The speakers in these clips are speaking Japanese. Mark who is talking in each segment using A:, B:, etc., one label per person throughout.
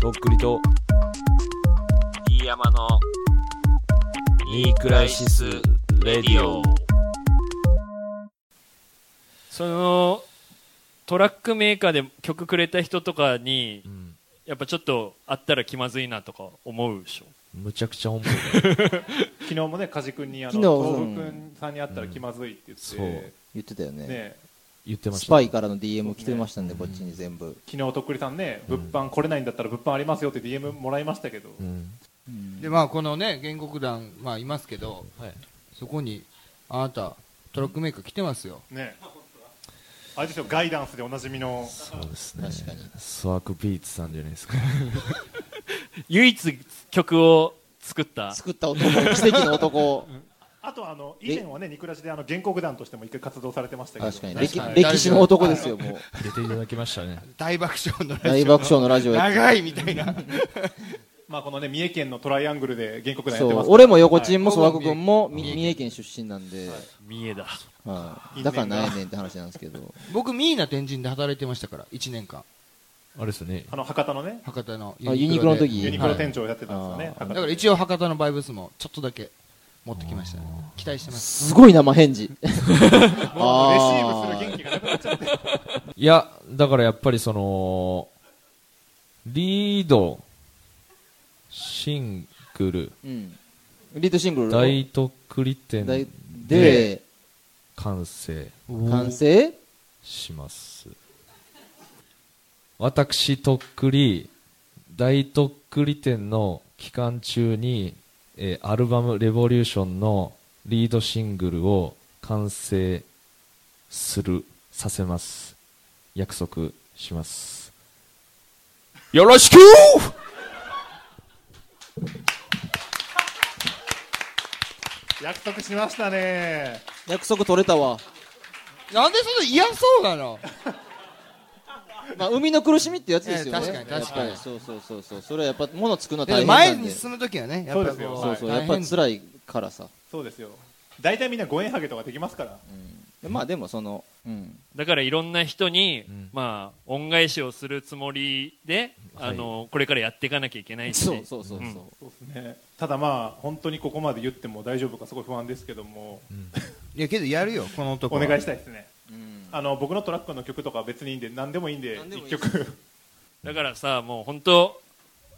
A: とっくりと
B: 飯山のニークライシスレディオ
C: そのトラックメーカーで曲くれた人とかにやっぱちょっとあったら気まずいなとか思うでしょ
A: むちゃくちゃ思う
D: 昨日もね梶君にあの
E: 昨日
D: 東武君さんに会ったら気まずいって言っ
A: う
D: て、
A: んそう
D: ね
E: 言ってたよね
D: え
A: 言ってまし
E: ス
A: た
E: パ
A: ね
E: イからの DM 来てましたんで、こっちに全部、
D: 昨日とっくりさんね物販来れないんだったら物販ありますよって DM もらいましたけど、
A: うん
F: でまあこのね原告団まあいますけど、そこにあなたトラックメーカー来てますよ。
D: ねえあれでしょガイダンスでおなじみの
A: そうですね
E: 確かに
A: スワークビーツさんじゃないですか
C: 唯一曲を作った
E: 作った男奇跡の男
D: あとあの以前はねニクラジであの原告団としても一回活動されてましたけど
E: 確かに歴
F: はい
E: 歴史の男ですよもう
A: 出ていただきましたね
F: 大爆笑のラジオ
E: 大爆笑のラジオやって
F: 長いみたいな。
D: まあこのね三重県のトライアングルで原告団や
E: そ
D: って
E: う
D: ますから
E: 俺も横チ
D: はい
E: ンも
F: はい
E: 曽く君もみ三重県出身なんで、
C: 三重だ
E: は
D: 因
E: い
D: 縁
E: だか
D: が
E: らないねんって話なんですけど
F: 僕ミーナ天神で働いてましたから1年間
A: あれですよね
D: あの博多のね
F: 博多の
E: あユ
F: ユニ
E: ニ
F: ク
E: クロの
F: ロで
E: 時
D: ユニクロ店長をやってたんですよね、
E: はい
D: 博多
F: だから一応博多のバイブスもちょっとだけ持ってきましたね。期待してます。
E: すごい生返事
D: もうレシー
E: あ
D: ブ
E: ー
D: する元気がなくなっちゃって
A: いやだからやっぱりそのリードシングル
E: うんリードシングル
A: 大徳利店
E: 大
A: で
E: で
A: 完成
E: 完成
A: します私とっくり大とっくり展の期間中に、えーアルバム「レボリューション」のリードシングルを完成するさせます約束しますよろしく
D: 約束しましたね
E: 約束取れたわ、
F: なんでそんな嫌そうなの
E: まあ、海の苦しみってやつですよね、
F: ええ確かに確かに
E: やっぱりそうそうそうそうそれはやっぱ物作るのは大
F: で
E: 変な
F: 前
E: ん
F: に
E: で
F: 進む時はねやっぱりこ
D: そう
E: そう
D: です
E: そ
D: よ
E: う
F: 大
E: やっ
F: 変
E: ぱり辛いからさ、
D: そうですよ大体みんなご縁ハゲとかできますから
E: でまあでもその、うん、
C: だからいろんな人に、
A: ん
C: まあ、恩返しをするつもりで、
A: はい
C: あのこれからやっていかなきゃいけないし
E: そうそうそうそう、
C: うん
D: そうですねただまあ本当にここまで言っても大丈夫かすごい不安ですけども、
F: いやけどやるよこの男
D: お
F: は
D: 願いしたいですね
E: うん
D: あの僕のトラックの曲とかは別にいいんで何でもいいんで
E: 何でもい
D: 一
E: い
D: 曲
C: だからさもう本当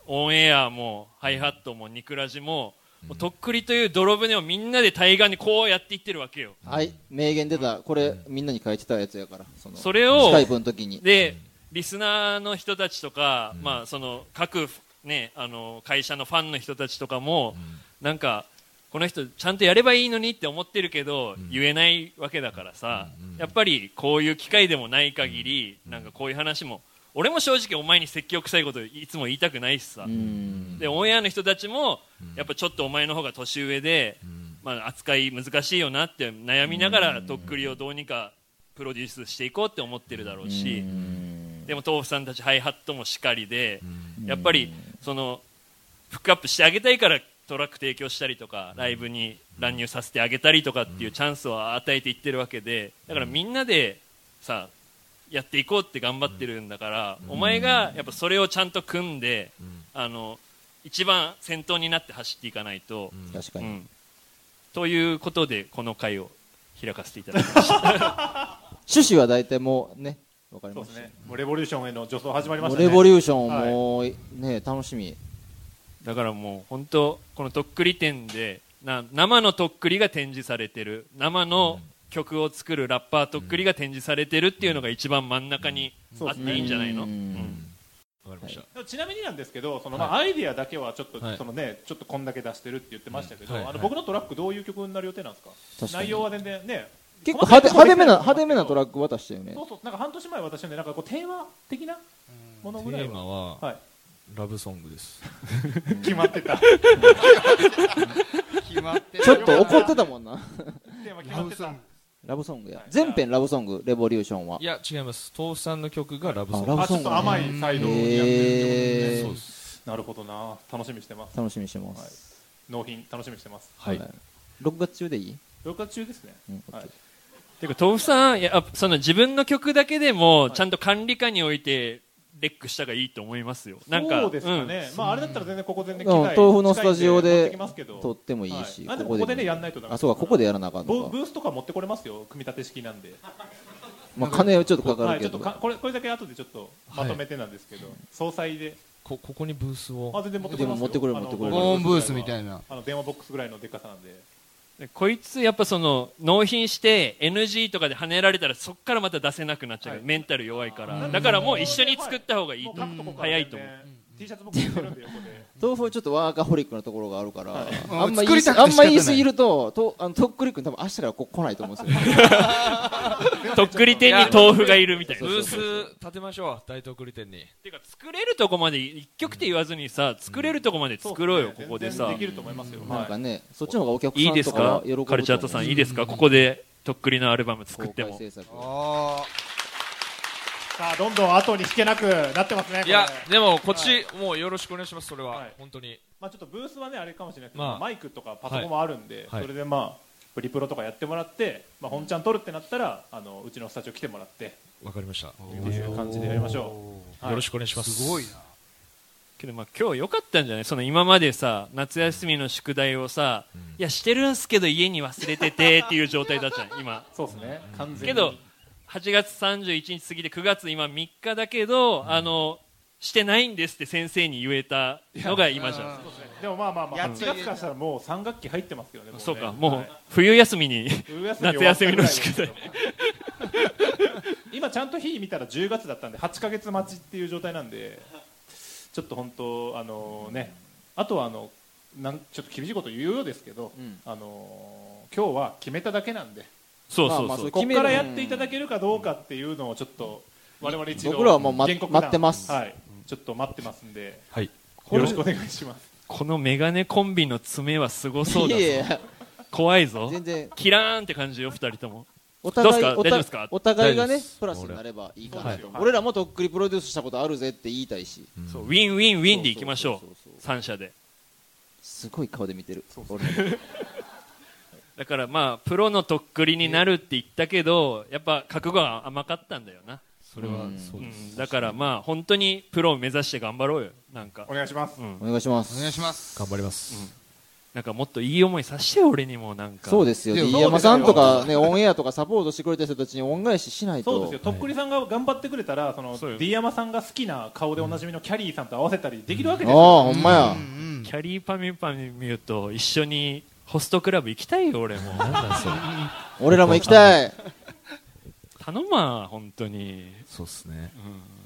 C: オンエアもハイハットもニクラジも,、もうとっくりという泥船をみんなで対岸にこうやっていってるわけよ
E: はい名言出たこれ、みんなに書いてたやつやからその
C: それを
E: スカイプの時に
C: で、リスナーの人たちとか、まあ、その各、ね、あの会社のファンの人たちとかも、なんかこの人ちゃんとやればいいのにって思ってるけど、言えないわけだからさ、やっぱりこういう機会でもない限り、なんかこういう話も俺も正直お前に説教臭いこといつも言いたくないしさ、
E: うん
C: でオンエアの人たちも、やっぱちょっとお前の方が年上で、まあ、扱い難しいよなって悩みながらとっくりをどうにかプロデュースしていこうって思ってるだろうし、でも豆腐さんたちハイハットもしかりで、やっぱりそのフックアップしてあげたいからトラック提供したりとかライブに乱入させてあげたりとかっていうチャンスを与えていってるわけでだからみんなでさやっていこうって頑張ってるんだから、お前がやっぱそれをちゃんと組んで、あの一番先頭になって走っていかないと、
E: 確か
C: う
E: に、
C: んということでこの回を開かせていただきました
E: 趣旨は大体もうねわかり
D: そう
E: ま
D: ですすねもうレボリューションへの助走始まりま
E: も
D: し
E: う
D: たね
E: レボリューションもう、ね楽しみ
C: だからもう本当このとっくり展でな生のとっくりが展示されてる生の曲を作るラッパーとっくりが展示されてるっていうのが一番真ん中に
D: そう
C: あ
D: で
C: っ
D: すね
C: ていいんじゃないの、
E: うん
C: うん
A: わかりました、
D: でもちなみになんですけどその、まあアイディアだけはちょっと、
A: はい
D: そのねちょっとこんだけ出してるって言ってましたけど、
A: うんはい
D: あの僕のトラックどういう曲になる予定なんですか
E: 確かに
D: 内容は全然ね
E: 結構派手派手めな派手めなト
D: ッ
E: ラック渡したよね
D: そうそうなんか半年前私はねなんかこうテーマ的なものぐら
A: テ
D: い
A: ーマ
D: は、
A: は、
D: はい、
A: ラブソングです
D: 決まってた
F: 決まって
E: ちょっと怒ってたもんな
D: テーマ決まってた
E: ラブソングや
D: はい
E: 全編ラブソングレボリューションはい
A: や違います豆腐さんの曲がラブソン
E: あ
A: グ
E: ラ
D: あちょっと甘いサイドをやってるってこと
E: へ
D: で
E: え
D: す
A: そう
D: ね
A: です
D: なるほどな楽しみにしてます
E: 楽しみにしてます、
D: 納品楽しみにしてます
A: はい
E: 6月中でいい、
D: 6月中ですね
E: うん
D: はい
E: OK
C: てか豆腐さんいやその自分の曲だけでもちゃんと管理下においてレックしたがいいと思いますよなんか
D: そうですか
C: うん
D: ね、まあ、あれだったら全然ここ全然機
E: うん
D: 材
E: 豆腐のスタジオ
D: 近いん持って
E: で
D: きますけど
E: 撮ってもいいし、
D: はいあでもここでねやんないとダメ
E: あそうかここでやらなあかん
D: ブ
E: の
D: ブ
E: か、
D: ースとか持ってこれますよ組み立て式なんで、
E: まあ、金はちょっとかか
D: は
E: る
D: い、ちょ
E: け
D: っと
E: ど、
D: かこれこれだけ後でちょっとまとめてなんですけど、総裁で
A: こここにブースを
D: あ全然持ってこれますよ
E: でも持ってこれる持ってこれる
F: 保温ブースみたいな
D: あの電話ボックスぐらいのでかさなんで
C: でこいつやっぱその納品して NG とかで跳ねられたらそこからまた出せなくなっちゃう、
D: はい
C: メンタル弱いから
D: うん
C: だからもう一緒に作った方がいい
D: も
C: と
D: う書くとこから
C: 早いと思う
D: 全然 T シャツ僕着てるんで横 で
E: 豆腐はちょっとワーカホリックなところがあるから、
D: はい
E: あんま言い
F: 作り
E: す
F: たくて
E: あんま言いす
F: 仕方ない
E: ぎるととあのとっくりくん多分明日からここ来ないと思うんですよ
C: とっくり店に豆腐がいるみたい
A: ブ
C: な
A: ース立てましょう大東区理店に
C: てか作れるとこまで一曲って言わずにさ作れるとこまで作ろうよ、ここで
D: 全然
C: さ
D: できると思いますよ、
E: なん
D: は
E: か
D: い、
E: ねそっちの方がお客
C: い
E: さ
C: い
E: ん
C: で
E: と
C: す
E: かは
C: か
E: 喜ぶと思う
C: カルチャートさんいいですかここでとっくりのアルバム作って
E: 公
C: も
E: 開制作
F: あ
D: さあどんどん後に引けなくなってますねこ
A: い
D: れ
A: やでもこっちもうよろしくお願いしますそれ
D: は
A: はい本当に
D: まあ、ちょっとブースはねあれかもしれないけど、
A: まあ
D: マイクとかパソコンもあるんで、
A: はい
D: それでまあリプロとかやってもらって、まあ、本ちゃん撮るってなったらあのうちのスタジオ来てもらって
A: わかりました
D: っていう感じでやりましょう、はい
A: よろしくお願いし
F: あ
A: ます
F: すごいな
C: けどまあ今日良かったんじゃないその今までさ夏休みの宿題をさ、いやしてるんすけど家に忘れててっていう状態だったじゃん今
D: そうですね完全に
C: けど8月31日過ぎて9月今3日だけど、あのしてないんですって先生に言えたのが今じゃん
D: そうですねでもまあまあまあ
F: やっ
D: 8
F: と言えた
D: 月からしたらもう3学期入ってますけどねもね
C: そうかも
D: は
C: う
D: い
C: 冬休みに
D: 冬休み
C: 夏休みの宿題
D: 今ちゃんと日見たら10月だったんで8ヶ月待ちっていう状態なんでちょっと本当あのねあとはあのなんちょっと厳しいこと言うようですけど、
E: うん
D: あの今日は決めただけなんで
C: そう
E: まあ
C: そう
E: まあ
C: そう
D: ここ
E: 決め
D: か
E: る
D: らやっていただけるかどうかっていうのをちょっと我々一度
E: 僕らはもうま
D: 原告団
E: 待ってます
D: はいちょっと待ってますんで
A: はい
D: よろしくお願いします
C: このメガネコンビの爪はすごそう
E: い
C: だ
E: やい
C: ぞ
E: や
C: 怖いぞ
E: 全然
C: キラーンって感じよ2人とも
E: お
C: どう
E: 互
C: す
E: い
C: か
E: お
C: 大丈夫
E: た
C: ですか
E: お互いが
A: 大
E: ね
A: 丈夫です
E: プラスになればいいかなと、
D: はい
E: 俺らもとっくりプロデュースしたことあるぜって言いたいし、
C: そうウィンウィンウィンでいきましょ
E: そうそう
C: う
E: そうそう
C: 三者です
E: ごい顔で見てる俺
C: だからまあプロのとっくりになるって言ったけどやっぱ覚悟は甘かったんだよな、
A: それはそううです
C: ん、だからまあ本当にプロを目指して頑張ろうよなんか
D: お願いします、
C: うん
E: お願いします
F: お願いします
A: 頑張ります
C: なんかもっといい思いさせてよ俺にもなんか
E: そうですよ
F: いや
E: D 山さんとかねオンエアとかサポートしてくれた人たちに恩返ししないと
D: そうですよとっくりさんが頑張ってくれたらその
C: そうよ
D: D 山さんが好きな顔でおなじみのキャリーさんと合わせたりできるわけ
E: あ
D: ですよ
E: あほんまや、
F: うん
C: キャリーパミュパミュと一緒にホストクラブ行きたいよ俺も
A: なんだそれ
E: 俺らも行きたい
C: 頼ま本当に、
A: そうっすね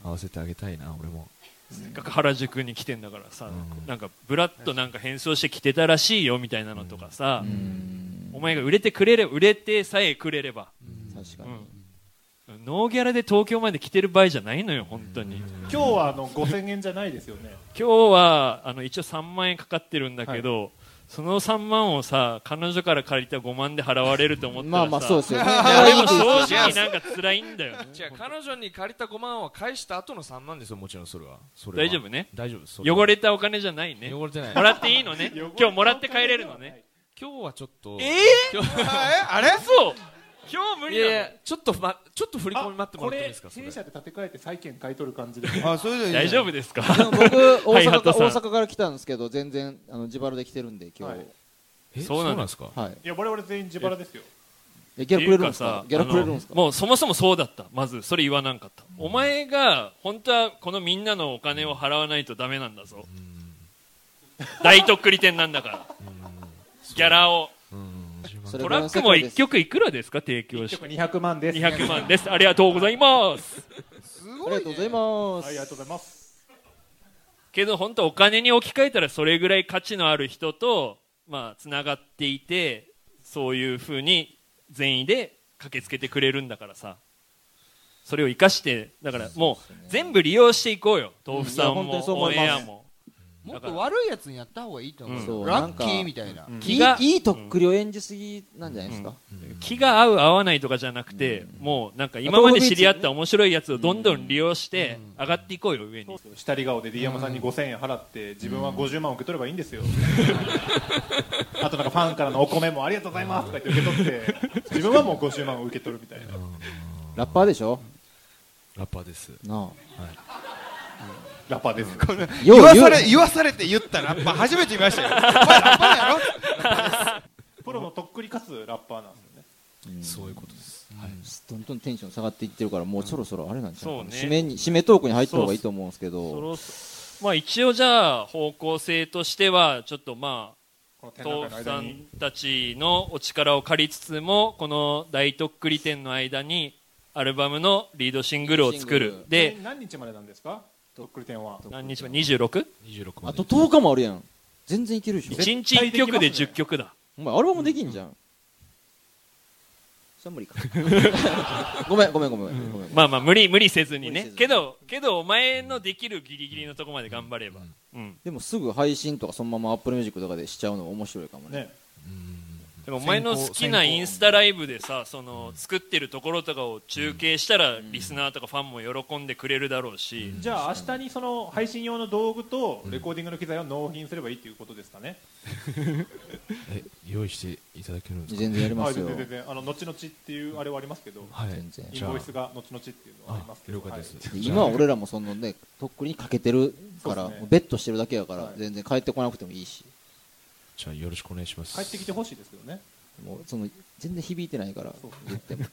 C: うん
A: 合わせてあげたいな俺も
C: せっかく原宿に来てんだからさ、
A: ん
C: なんかブラッとなんか変装して来てたらしいよみたいなのとかさ、お前が売れてくれれば売れてさえくれれば、
E: 確か
C: うん、
E: に、
C: ノーギャラで東京まで来てる場合じゃないのよ本当に、今
D: 今日はあの5000円じゃないですよ ね
C: 日はあの一応3万円かかってるんだけど、その3万をさ彼女から借りた5万で払われると思ったらさ
E: まあまあそうですよね
C: でも
E: いやいい
C: 正直なんか辛いんだよね
A: 違う彼女に借りた5万は返した後の3万ですよもちろんそれはそれは
C: 大丈夫ね
A: 大丈夫それは
C: 汚れたお金じゃないね
A: 汚れてない
C: もらっていいのね今日もらって帰れるのね
A: 今日はちょっと
C: え
A: 今日
F: あれ
C: そう今日無
A: い
C: 理なの
A: やいやちょっとまちょっと振り込み待ってもらってもいいですか
D: こ
A: そ
D: れ
A: れ
D: 弊社で建て替えて債券 買い取る感じで
F: あそれでいいじゃん
C: 大丈夫ですか
E: でも僕大
C: ハ
E: 阪
C: イハット
E: か
C: さん
E: 大阪から来たんですけど全然あの自腹で来てるんで今日、
D: はい
A: え
C: そうなんです
A: か
E: はい
D: いや我々全員自腹ですよ
E: えギャラくれるんですか
C: ってい
E: ギ
C: う
E: ャラくれるんです
C: あ
E: か
C: のもうそもそもそうだったまずそれ言わなかった、お前が本当はこのみんなのお金を払わないとダメなんだぞ、大とっくり店なんだから、ギャラを
A: うん10万
E: それ
C: ト
E: ぐら
C: ラ
E: いの
C: ックも
E: 世界
C: 1
E: です
C: 曲いくらですか提供して
D: 結局200万です
C: 200万ですありがとうございます
F: す
E: あ
F: ご
E: り
F: い、ね、
E: がとうございま
D: あり
E: す
D: がとうございます
C: けど本当お金に置き換えたらそれぐらい価値のある人とまあつながっていてそういうふうに善意で駆けつけてくれるんだからさそれを生かしてだからもう全部利用していこうよ豆腐さん
E: いや本当に
C: も
E: そう
C: オ
E: 思
C: ン
E: います
C: エアも
F: もっと悪いやつにやった方がいいと思う,、
C: うん
E: そう
F: ラ
E: なん
F: ッキ
E: か
F: ーみたいな、
D: ん
E: い
C: 気
E: い
C: が
E: いいとっくりを演じすぎなんじゃないですか、
C: 気が合う合わないとかじゃなくてもうなんか今まで知り合った面白いやつをどんどん利用して上がっていこうよ上に
D: 下り顔で D 山さんに5000円払って自分は50万受け取ればいいんですよ あとなんかファンからのお米もありがとうございますとか言って受け取って自分はもう50万を受け取るみたいな
E: ラッパーでしょ
A: ラッパーです
E: なあ
D: ラッパーです
G: この
E: よう
G: 言わさ
E: 言
G: れ言わされて言ったラッパー初めて見ましたよ。お前ラッパーや
D: プロのとっくりかすラッパーなんです
G: ろ。
D: よね
G: そういうことです。
E: どんどんテンション下がっていってるからもうそろそろあれなんじゃないかな、
C: そうね
E: 締めに締めトークに入った方がいいと思うんですけ
C: そ
E: ど
C: ろそまあ一応じゃあ方向性としてはちょっとまあ
D: この展
C: 豆腐
D: 覧会の
C: さ
D: 間に
C: んたちのお力を借りつつもこの大とっくり展の間にアルバムのリードシングルを作
E: シング
C: る
E: ル
C: で
D: 何日までなんですかとっくり店は
C: 何日前 26?1
A: 26ま
E: あ
A: で
E: と10日もあるやん全然いけるでしょ
C: 日1曲で10曲だ
E: お前アルバムできんじゃん、それは無理か ごめんごめんごめん、ごめん
C: まあまあ無理無理せずに
E: 無理せ
C: ね
E: ずに
C: けどけどお前のできるギリギリのとこまで頑張ればうん
E: でもすぐ配信とかそのままアップルミュージックとかでしちゃうのが面白いかもね
D: ね
C: でもお前の好きなインスタライブでさその作ってるところとかを中継したらリスナーとかファンも喜んでくれるだろうし
D: じゃあ明日にその配信用の道具とレコーディングの機材を納品すればいいっていうことですかね、
A: え用意していただけるんですか
E: 全然やりま
D: はい
E: す
D: 全
E: よ
D: 然全然あの後々っていうあれはありますけど、
A: はい
E: 全然
D: イン
A: じゃあ
D: ボイスが後々っていうのはあり
A: あ
D: ますけど
A: 了解です、
D: はい
E: で今は俺らもそのねとっくりに欠けてるから、
D: そうですね
E: もうベッドしてるだけやから、
D: はい
E: 全然帰ってこなくてもいいし
A: じゃあよろしくお願いします
D: 帰ってきてほしいですけどね
E: もうその全然響いてないから
D: そう
E: 言っても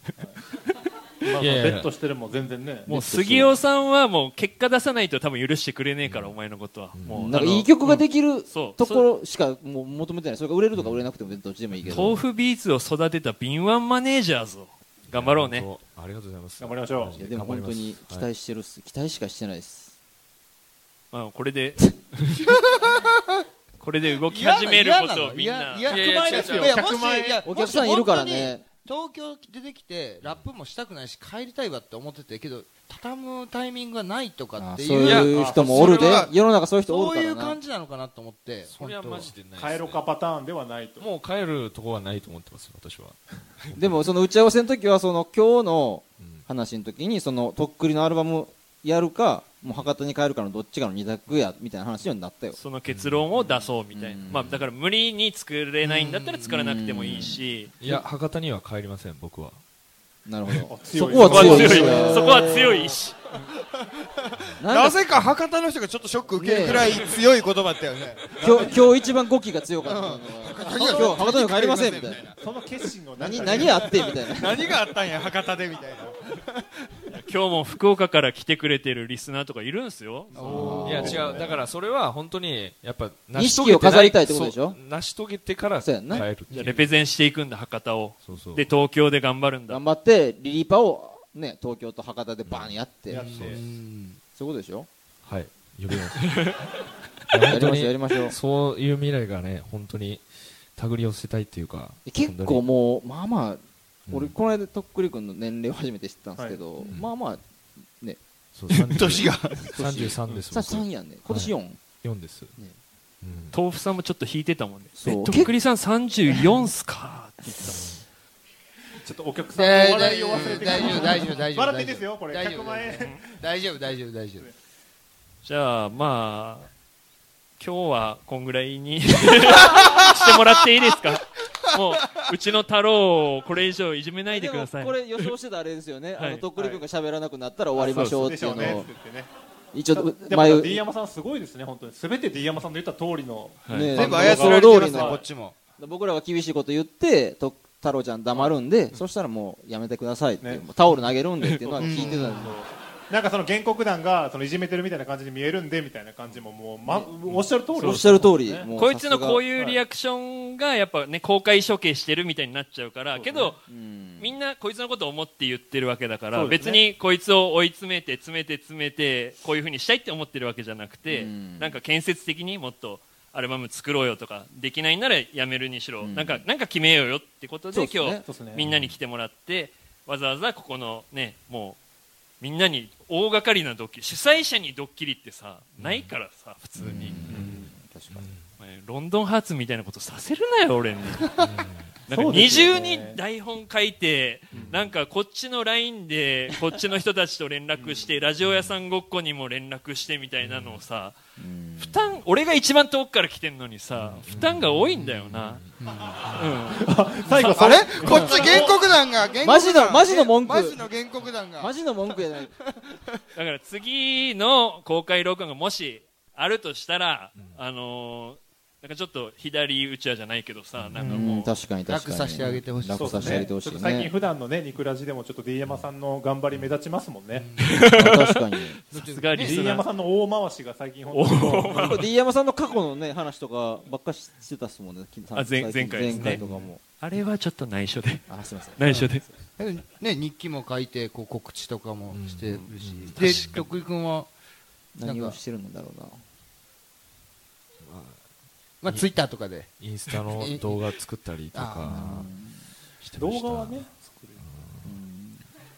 D: まあ、
A: いやいや
D: ベッドしてるも全然ね
C: もう杉尾さんはもう結果出さないと多分許してくれねえからお前のことはもう
E: なんかいい曲ができる、
C: そう
E: ところしかもう求めてないそれが売れるとか売れなくてもどっちでもいいけど
C: 豆腐ビーツを育てた敏腕マネージャーぞ頑張ろうね
A: 本当ありがとうございます
D: 頑張りましょう
A: マジ
E: いやでも本当に期
A: 頑張り
E: 待してるっす、期待しかしてないです
C: まあこれでこれで動き始めることをみんな
F: 嫌なの
D: 100
F: 嫌
D: 万
F: な
D: 円です
F: い
D: よ
F: やいや
D: 100万円
F: もしいや
E: お客さんいるからね
F: 東京出てきてラップもしたくないし帰りたいわって思ってたけど畳むタイミングがないとか
E: あ
F: って
E: そう
F: いう
D: や
E: いう人もおる
G: それ
E: で
G: は
E: 世の中そういう人お
F: そうい
E: る
F: う
E: から
F: 感
E: な
F: じなのかなと思って
A: それはマジでないですね
D: 帰ろかパターンではないと
A: もう帰るとこはないと思ってます私は
E: でもその打ち合わせの時はその今日の
A: うん
E: 話の時にそのとっくりのアルバムやるかもう博多に帰るかのどっちかの二択やみたいな話にはなったよ
C: その結論を出そうみたいな
E: うん
C: まあだから無理に作れないんだったら作らなくてもいいし
A: いや博多には帰りません僕は
E: なるほど
D: あ
E: そ
D: 強い
E: こは
C: そこ は強
E: 強い
C: い
E: です
D: そこは
C: そこ
D: 強
E: ね
C: は強い意志
E: な
G: なん
E: か
G: ぜか博多の人がちょっとショック受けるくらい強い言葉だったよね。
E: 今日今日一番語気が強かったのが今日博多には帰りませんみたいな
D: その決心の中で
E: 何何あってみたいな
G: 何があったんや博多でみたいな。
C: 今日も福岡から来てくれてるリスナーとかいるんすよ
A: いや違うだからそれは本当にやっぱ
E: 錦を飾りたいってことでし
A: そ
E: ょ
A: う成し遂げてから帰
E: そう
A: る
E: やんな
A: って
C: じゃ
A: い
C: あ
A: う
C: レペゼンしていくんだ博多を
A: そうそう
C: で東京で頑張るんだ
E: 頑張ってリリーパをね東京と博多でバーンやって
D: やって
E: そういうことでしょ
A: はい呼びます
E: や
A: 本
E: り
A: 当
E: ましょうやり
A: に
E: ましょう
A: そういう未来がね本当に手繰り寄せたいっていうか
E: 結構もうまあまあ
A: うん
E: 俺この間とっくり君の年齢を初めて知ったんですけど
A: ん
E: まあまあ
A: そう30
G: 年が。
A: 33です
E: さ
A: 僕
E: 3やんね今年4
A: 4です、うん
C: 豆腐さんもちょっと引いてたもんね
E: そ
C: え
E: う
C: とっくりさん34っすかって言ってたもん
D: ちょっとお客さんの
F: 大
D: お笑い
F: 丈
D: を忘れ
F: 夫
D: て
F: 大丈夫大丈夫大丈夫
D: 笑っていいですよこれ
F: 大丈
D: 100
F: 夫
D: 万円
F: 大丈夫大丈夫大丈
C: じゃあまあ今日はこんぐらいに してもらっていいですかもううちの太郎をこれ以上いじめないでください
E: これ予想してたあれですよね
C: はい
E: あのとっくり君が喋らなくなったら終わりましょうっ
D: でして
E: い
D: ょ
E: う
D: うね
E: の
D: っ
E: を
D: て言ってね
E: 一応
D: でも
E: 前を
D: D 山さんすごいですね本当に全て D 山さんの言った通りの
C: はい
E: ね
G: 全部操られてますね
E: その通りの
G: こっちも。
E: 僕らが厳しいこと言ってと太郎ちゃん黙るんでそしたらもうやめてくださいって
D: ね
E: もうタオル投げるんでっていうのは聞いてたんで
D: なんかその原告団がそのいじめてるみたいな感じに見えるんでみたいな感じももう、ま、おっしゃる通り
E: おっしゃる通り
D: ね
E: もう
C: こいつのこう
E: う
C: いうリアクションがやっぱね公開処刑してるみたいになっちゃうからけどみんなこいつのことを思って言ってるわけだから、
D: そうです
C: 別
D: ね
C: にこいつを追い詰めて詰めて詰めてこういうふうにしたいって思ってるわけじゃなくて、
E: うん
C: なんか建設的にもっとアルバム作ろうよとかできないならやめるにしろ、なんかなんか決めようよってことで、
E: そう
C: 今
E: で
C: 日、
E: すね
D: そうですね
C: みんなに来てもらってわざわざここのねもうみんなに大掛かりなドッキリ主催者にドッキリってさないからさ普通に。
E: 確かに
C: お前ロンドンハーツみたいなことさせるなよ俺になんか
D: そう
C: 二
D: です
C: 重
D: よね
C: に台本書いてなんかこっちの LINE でこっちの人たちと連絡してラジオ屋さんごっこにも連絡してみたいなのをさ負担俺が一番遠くから来てんのにさ負担が多いんだよな、うん
D: 最後
G: あ
D: そ
G: れ
D: れ
G: こっち原告団が原告団
E: マジのマジの文句
G: マジの原告団が
E: マジの文句やない
C: だから次の公開録音がもしあるとしたら、あのーなんかちょっと左打ち合じゃないけどさ、なんか
E: うん
C: もう、
E: 確かに確かに
F: 楽させてあげてほしい
E: 楽
D: そう
E: さ
D: で
E: せ
D: す
E: てあげ
D: ね
E: て
D: ちょ
E: ほ
D: っ
E: しい
D: と
E: ね
D: 最近普段のねニクラジでもちょっと D 山さんの頑張り目立ちますもんね
E: 確かに
C: さすがリス
D: D
C: ナ
D: 山
C: ー。
D: さんの大回しが最近本当に
E: D 山さんの過去のね話とかばっかしてたっすもんねき
C: あ前前回ですね
E: 前回とかも
C: あれはちょっと内緒で。
E: あすいません
C: 内緒で。
F: ね、日記も書いてこう告知とかもしてるし、で徳井君は、
E: 何
F: なん
E: を
F: か
E: してるんだろうな
F: まあ、ツイッターとかで
A: インスタの動画作ったりとか
F: あ
A: してま
D: 動
A: した
D: 画はね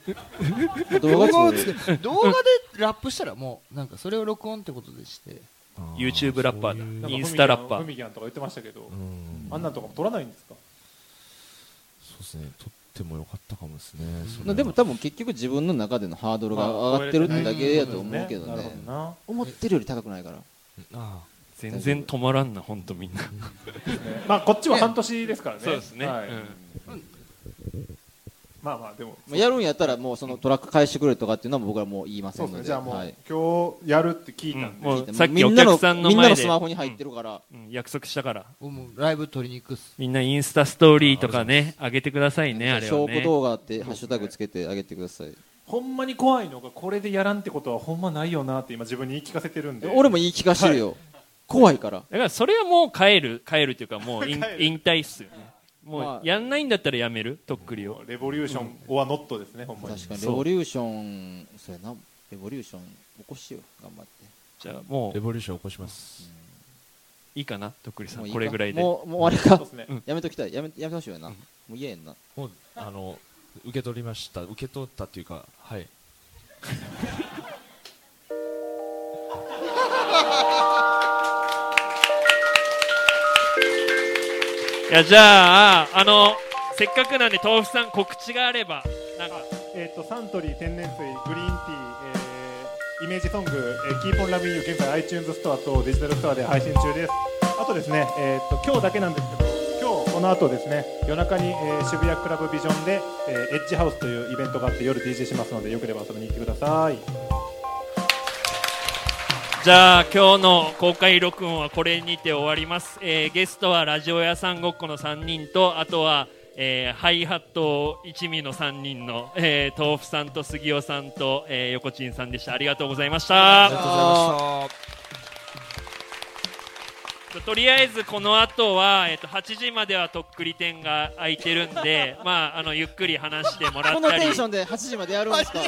E: 動画
F: 動画
E: 作
F: を
E: る
F: 作る動画でラップしたらもうなんかそれを録音ってことでして
A: あー
C: YouTube ラッパーだ
A: そういう
D: なんか
C: インスタラッパー
D: ふみぎゃんとか言ってましたけど
A: うん
D: あんなんとかも撮らないんですか
A: そうですね撮ってもよかったかもですねそれ
E: な
A: は
E: でも多分結局自分の中でのハードルが上がってるだけやと思うけど
D: なる
E: ね
D: ほどな
E: 思ってるより高くないから
A: あ
C: 全然止まらんな、ほんとみんな。
D: まあこっちは半年ですから ね
C: そうですね。
D: はいうまあまあでも
E: まあやるんやったらもうそのトラック返してくれとかっていうのは僕らもう言いませ
D: そうんです
E: ので
D: ねじゃあもう
E: はい
D: 今日やるって聞いたん
C: ん
D: で
C: も
E: で
C: うさっ
E: み
C: きお
E: んな
C: 客さんの
E: みんな
C: 前
E: の
C: で
E: スマホに入ってるから
C: うん約束したから、
F: もうライブ撮りに行くっす
C: みんなインスタストーリーとかね、上げてくださいね、あれは
E: 証拠
C: ね。
E: 動画ってハッシュタグつけてあげてください
D: ほんまに怖いのがこれでやらんってことはほんまないよなって今自分に言い聞かせてるんで
E: 俺も言い聞かしてるよ怖いから
C: だからそれはもう帰る、帰るというか もう引
D: 帰る
C: 引退っすよね。も
E: ま
C: う
E: あ
C: やんないんだったらやめる、とっくりを。
D: レボリューションオアノットですねほんまに
E: 確かにレ
C: そう
E: ボリューションそうやなレボリューション起こしてよ頑張って
C: じゃあも
A: レボリューション起こします
C: ういいかな、とっくりさ、
E: もうんいいか
C: これぐらいで。
E: もうもうあれ
D: そ
E: か
D: うですね
E: やめときたいやめやめてほしいよなもう嫌やんな
A: もうあの受け取りました受け取ったっていうかはい
C: いや、じゃあ、あの、せっかくなんで、豆腐さん告知があれば、なんか、
D: えっ、とサントリー天然水グリーンティー、えーイメージソング「キーポンラブユー」現在 iTunes ストアとデジタルストアで配信中ですあとですね、えー、と今日だけなんですけど今日この後ですね夜中に、えー渋谷クラブビジョンで、えーエッジハウスというイベントがあって夜 DJ しますのでよければ遊びに来てください
C: じゃあ、今日の公開録音はこれにて終わります。えーゲストはラジオ屋さんごっこの3人と、あとは、えーハイハット一味の3人の、えー豆腐さんと杉尾さんと、えー横ちんさんでした。ありがとうございました。
G: ありがとうございました
C: とりあえずこの後は、えっと8時まではとっくり店が開いてるんで まああのゆっくり話してもら
E: こ
C: っ
E: の
C: たり
E: テンションで8時までやるんですか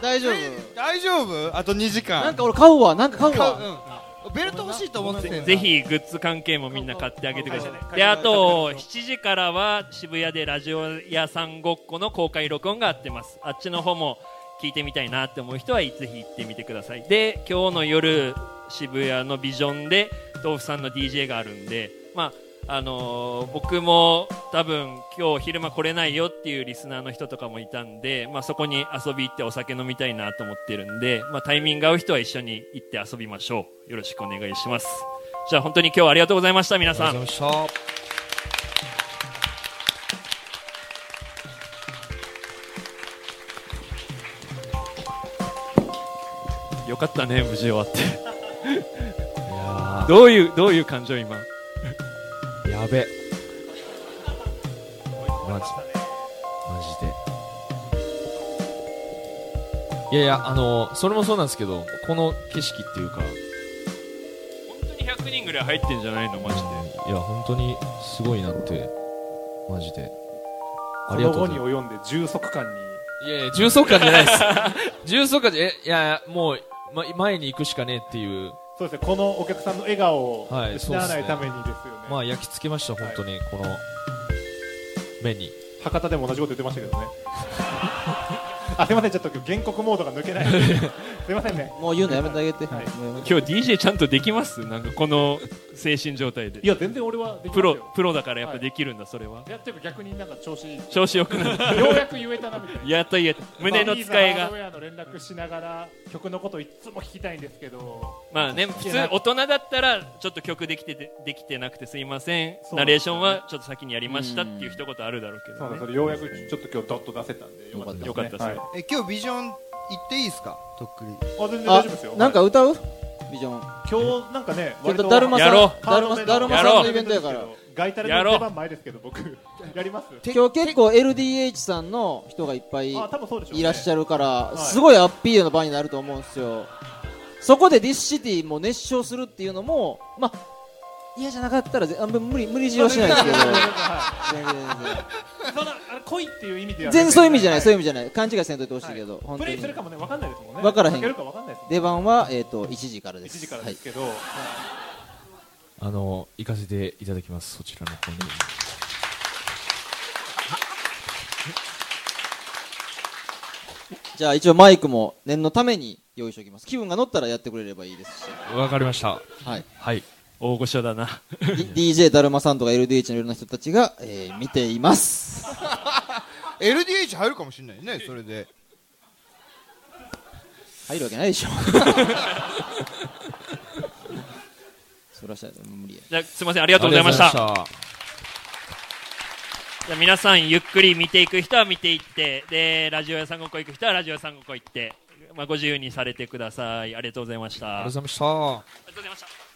E: 大丈夫
G: 大丈夫あと2時間
E: なんか俺買うわなんか買う
G: か
E: わ
G: うんベルト欲しいと思ってんだ
C: ぜひグッズ関係もみんな買ってあげてくださ
D: 会社で
C: いであと7時からは渋谷でラジオ屋さんごっこの公開録音があってますあっちの方も聞いてみたいなって思う人はぜひ行ってみてくださいで今日の夜渋谷のビジョンで豆腐さんの DJ があるんでまああのー僕も多分今日昼間来れないよっていうリスナーの人とかもいたんで、まあ、そこに遊び行ってお酒飲みたいなと思ってるんで、まあ、タイミング合う人は一緒に行って遊びましょうよろしくお願いしますじゃあ本当に今日はありがとうございました皆さん
G: ました
C: よかったね無事終わ って
A: いや
C: どういうどういう感情今
A: ーやべマジマジでいやいやあのそれもそうなんですけどこの景色っていうか
C: 本当に100人ぐらい入ってんじゃないのマジで
A: いや本当にすごいなってマジであ
D: こ
A: りが
D: の
A: とうござ
D: 後
A: い
D: に
A: ま
D: 及んで充足感に
A: すいやいや重層感じゃないです重層感じえいやもう、ま、前に行くしかねえっていう
D: そうですねこのお客さんの笑顔を
A: はい
D: 失わない
A: そ
D: た
A: うです
D: めにですよね,、
A: まあ焼き付けました本当に、この目に
D: 博多でも同じこと言ってましたけどね あすいませんちょっと今日原告モードが 抜けないすいませんね
E: もう言うのやめてあげて
D: はい
E: もうやめて
C: 今日 DJ ちゃんとできますなんかこの精神状態で
D: いや全然俺はできますよ
C: プロプロだからやっぱできるんだそれはい
D: やっていうか逆になんか調 子いいよ
C: 調子よくなる
D: うやく言えたなみたいな
C: やっと言えた胸の使い
D: ま
C: が
D: あリーザハードウェアの連絡しながら曲のこといつも聞きたいんですけど
C: まあね普通大人だったらちょっと曲できててできてなくてすいませんナレーションはちょっと先にやりましたっていう一言あるだろうけ
D: そう
C: ど
D: なんです
C: ね
D: それようやくちょっと今日ドッと出せたんでよかった
C: よかったですね
D: はい
F: え今日ビジョン行っていいですかとっくり
D: あ全然大
E: あ
D: 丈夫ですよ
E: なんか歌うビジョン
D: 今日なんかね
E: ちょ
D: 割
E: っと
D: と
E: だるまさ
C: や
E: ん
C: ろう
E: だるまだるまさん
C: やろう
E: のイベントやから
D: ガイタレの出番前ですけど僕 やります
E: 今日結構 LDH さんの人がいっぱい
D: あ多分そうでしょうね
E: いらっしゃるから
D: い
E: すごいアピールの場になると思うんですよそこでディスシティも熱唱するっていうのもまあ嫌じゃなかったらぜあんま無理無理強いはしないですけ ど
D: は
E: 全然全然
D: いそんなあの恋っていう意味で
E: 全
D: は
E: 然そういう意味じゃないそ
D: う
E: ういう意味じゃない勘違いせんといてほしいけど本
D: プ
E: 当
D: レイする
E: に
D: かもねわかんないですもんね
E: わからへん
D: かけるかわかんないですもんね
E: 出番はえっと1時からです
D: 1時から
E: は
D: で
E: い
D: すけど、
A: あの行かせていただきますそちらの方に
E: じゃあ一応マイクも念のために用意しておきます気分が乗ったらやってくれればいいですし
A: わかりました
E: はい
A: はい
C: 大御所だな
E: D- DJ だるまさんとか LDH のいろんな人たちが、えー見ています
F: LDH 入るかもしれないねそれで
E: 入るわけないでしょそらしたら無理や
C: じゃあすいませんありがとうございました
A: ありがとうございました
C: じゃあ皆さんゆっくり見ていく人は見ていってでラジオ屋さんごっこ行く人はラジオ屋さんごっこ行って、まあ、ご自由にされてくださいありがとうございました
A: ありがとうご
C: ありが
A: ざ
C: と
A: いました
C: うございました